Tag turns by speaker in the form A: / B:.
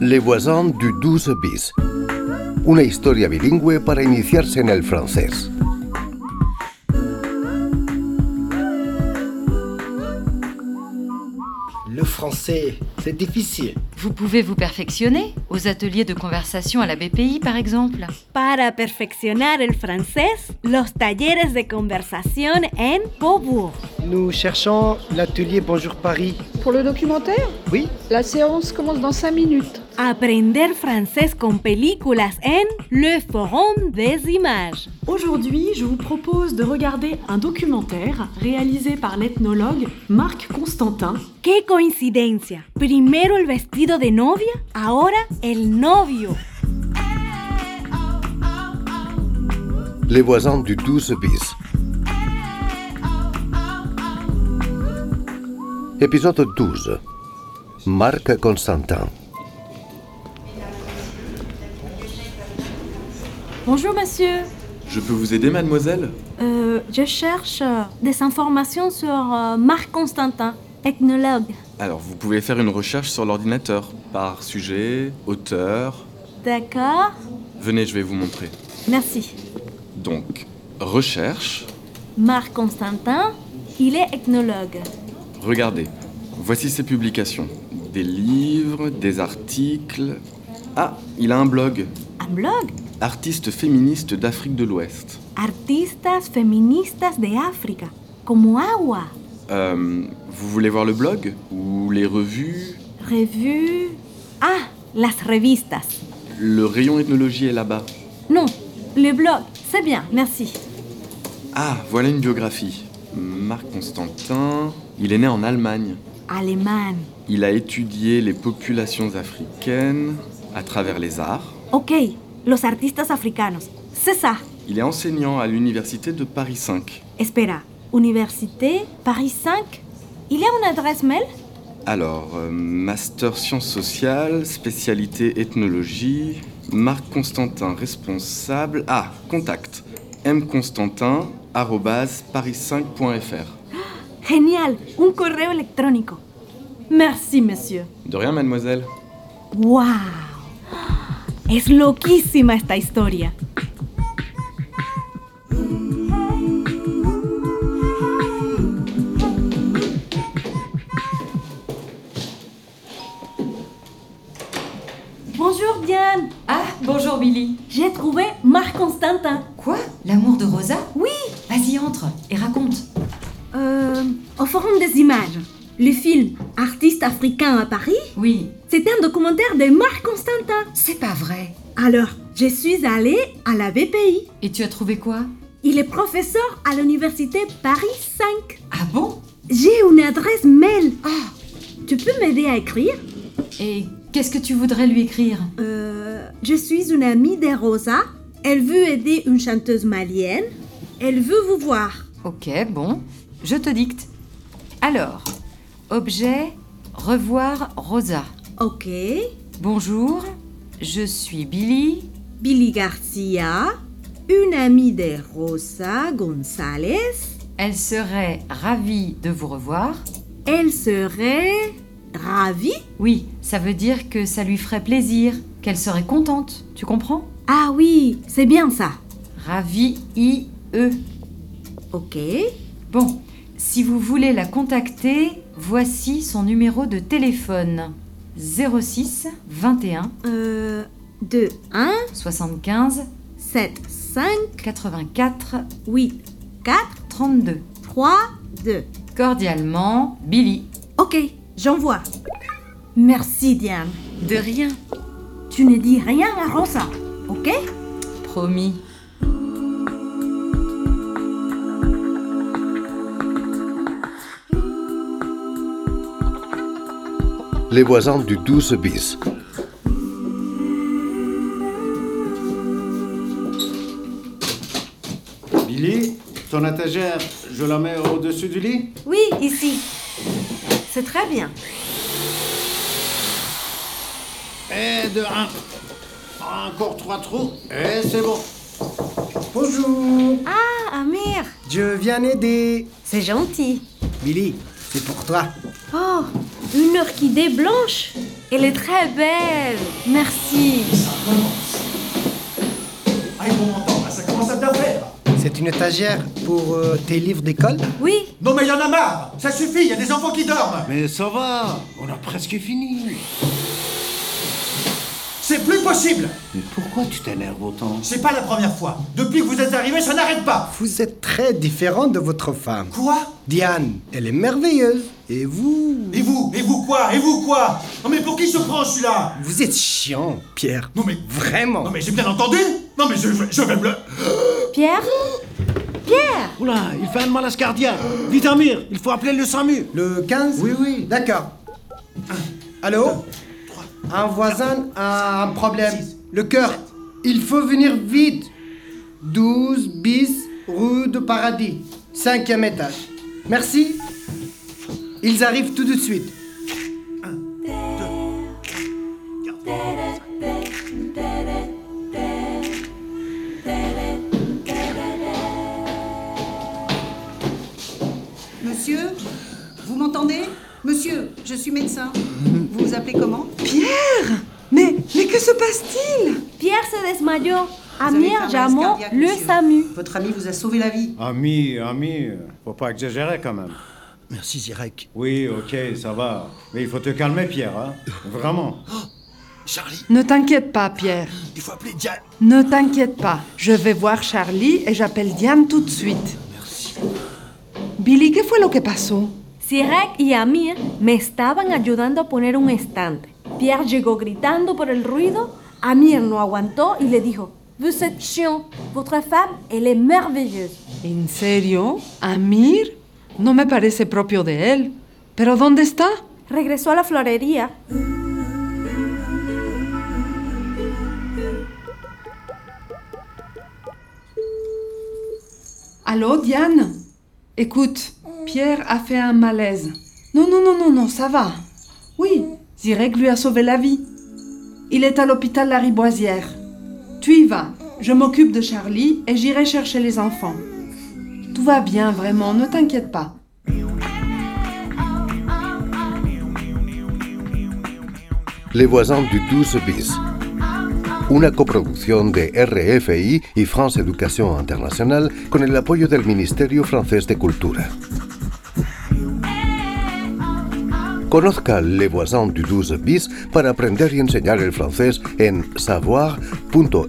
A: Les voisins du 12 bis. Una historia bilingüe para iniciarse en el francés.
B: Le français, c'est difficile.
C: Vous pouvez vous perfectionner aux ateliers de conversation à la BPI par exemple.
D: Para perfeccionar el francés, los talleres de conversación en Beaubourg.
B: Nous cherchons l'atelier Bonjour Paris.
E: Pour le documentaire,
B: Oui,
E: la séance commence dans 5 minutes.
D: Aprender francés con películas en Le Forum des Images.
F: Aujourd'hui, je vous propose de regarder un documentaire réalisé par l'ethnologue Marc Constantin.
D: ¡Qué coincidencia! Primero el vestido de novia, ahora el novio.
A: Les voisins du 12 bis. Épisode 12. Marc Constantin.
G: Bonjour monsieur,
H: Je peux vous aider, mademoiselle
G: Euh, je cherche euh, des informations sur euh, Marc Constantin, ethnologue.
H: Alors, vous pouvez faire une recherche sur l'ordinateur, par sujet, auteur.
G: D'accord
H: Venez, je vais vous montrer.
G: Merci.
H: Donc, recherche,
G: Marc Constantin, il est ethnologue.
H: regardez. Voici ses publications. Des livres, des articles. Ah, il a un blog.
G: Un blog
H: Artiste féministe d'Afrique de l'Ouest.
G: Artistas feministas de África, como agua.
H: Euh, vous voulez voir le blog Ou les revues
G: Revue. Ah, las revistas.
H: Le rayon ethnologie est là-bas.
G: Non, le blog, c'est bien, merci.
H: Ah, voilà une biographie. Marc Constantin, il est né en Allemagne.
G: Allemagne.
H: Il a étudié les populations africaines à travers les arts.
G: Ok, los artistas africanos. C'est ça.
H: Il est enseignant à l'université de Paris 5.
G: Espera, Université Paris 5 Il y a une adresse mail
H: Alors, euh, master sciences sociales, spécialité ethnologie, Marc Constantin responsable. Ah, contact. mconstantin@paris5.fr.
G: Génial, un correo électronique. Merci, monsieur.
H: De rien, mademoiselle.
G: Wow Es loquísima esta historia. Bonjour Diane,
C: Ah, bonjour Billy.
G: j'ai trouvé Marc Constantin.
C: Quoi L'amour de Rosa
G: Oui,
C: Vas-y, entre et raconte.
G: euh, au Forum des images. Le film Artiste africain à Paris,
C: Oui,
G: c'est un documentaire de Marc Constantin.
C: c'est pas vrai.
G: Alors, je suis allée à la BPI.
C: Et tu as trouvé quoi
G: Il est professeur à l'université Paris 5.
C: Ah bon
G: J'ai une adresse mail.
C: Ah
G: Tu peux m'aider à écrire
C: Et qu'est-ce que tu voudrais lui écrire
G: Euh, Je suis une amie de Rosa. Elle veut aider une chanteuse malienne. Elle veut vous voir.
C: Ok, bon, je te dicte. Alors, objet, revoir Rosa.
G: Ok.
C: Bonjour, je suis Billy.
G: Billy Garcia, une amie de Rosa González.
C: Elle serait ravie de vous revoir.
G: Elle serait ravie.
C: Oui, ça veut dire que ça lui ferait plaisir, qu'elle serait contente, tu comprends
G: Ah oui, c'est bien ça.
C: Ravie I-E.
G: Ok.
C: E. Bon, si vous voulez la contacter, voici son numéro de téléphone. 06 21
G: Euh, 2, 1,
C: 75
G: 7, 5,
C: 84
G: 8, 4,
C: 32.
G: 3, 2.
C: Cordialement, Billy.
G: Ok, j'envoie. Merci Diane.
C: De rien,
G: Tu ne dis rien à Rosa, ok
C: promis.
A: Les voisins du 12 bis.
I: Billy, ton étagère, je la mets au-dessus du lit
G: Oui, ici. C'est très bien.
I: Et de un. Encore trois trous. Et c'est bon.
B: Bonjour,
G: Ah, Amir,
B: je viens aider.
G: c'est gentil.
B: Billy, c'est pour toi.
G: Oh, une orchidée blanche
D: Elle est très belle. Merci.
J: Allez, bon entendre, ça commence à bien faire.
B: C'est une étagère pour euh, tes livres d'école
D: Oui.
J: Non, mais il y en a marre. Ça suffit, il y a des enfants qui dorment.
K: Mais ça va, on a presque fini.
J: C'est plus possible.
K: Mais pourquoi tu t'énerves autant
J: C'est pas la première fois. Depuis que vous êtes arrivés, ça n'arrête pas.
B: Vous êtes très différent de votre femme.
J: Quoi
B: Diane, elle est merveilleuse. Et vous
J: Et vous Et vous quoi Et vous quoi Non, mais pour qui se prend celui-là
B: Vous êtes chiant, Pierre.
J: Non, mais.
B: Vraiment.
J: Non, mais j'ai bien entendu. Non, mais je, je, je vais me le.
D: Pierre Pierre
K: Oula, il fait un malaise cardiaque. Vite, Amir, il faut appeler le SAMU.
B: Le 15
K: Oui, oui.
B: D'accord. Allô Un voisin a un problème. Le cœur. Il faut venir vite. 12 bis rue de Paradis. Cinquième étage. Merci. Ils arrivent tout de suite.
L: Monsieur, vous m'entendez Monsieur, je suis médecin. Vous vous appelez comment
C: Pierre Mais, mais que se passe-t-il
D: Pierre se
L: Vous
D: desmayó.
L: avez fait un
D: Amir,
L: malaise
D: Jamon,
L: cardiaque,
D: le
L: monsieur.
D: SAMU.
L: Votre ami vous a sauvé la vie.
M: Ami, ami, faut pas exagérer quand même.
B: Merci Zirek.
M: Oui, ok, ça va. Mais il faut te calmer, Pierre, hein. Vraiment.
K: Charlie,
C: Ne t'inquiète pas, Pierre.
K: il faut appeler Diane.
C: Ne t'inquiète pas. Je vais voir Charlie et j'appelle Diane tout de suite. Billy, ¿qué fue lo que pasó?
D: Sirek y Amir me estaban ayudando a poner un estante. Pierre llegó gritando por el ruido. Amir no aguantó y le dijo, Vous êtes chiant. Votre femme, elle est merveilleuse.
C: ¿En serio? ¿Amir? No me parece propio de él. ¿Pero dónde está?
D: Regresó a la florería.
C: Allô, Diane Écoute, Pierre a fait un malaise. Non, non, non, non, non, ça va. Oui, Zirek lui a sauvé la vie. Il est à l'hôpital Lariboisière. Tu y vas. Je m'occupe de Charlie et j'irai chercher les enfants. Tout va bien, vraiment, ne t'inquiète pas.
A: Les voisins du 12 bis. Una coproducción de RFI y France Education International con el apoyo del Ministerio Francés de Cultura. Conozca Le Voisin du 12 bis para aprender y enseñar el francés en savoir.rfi.fr.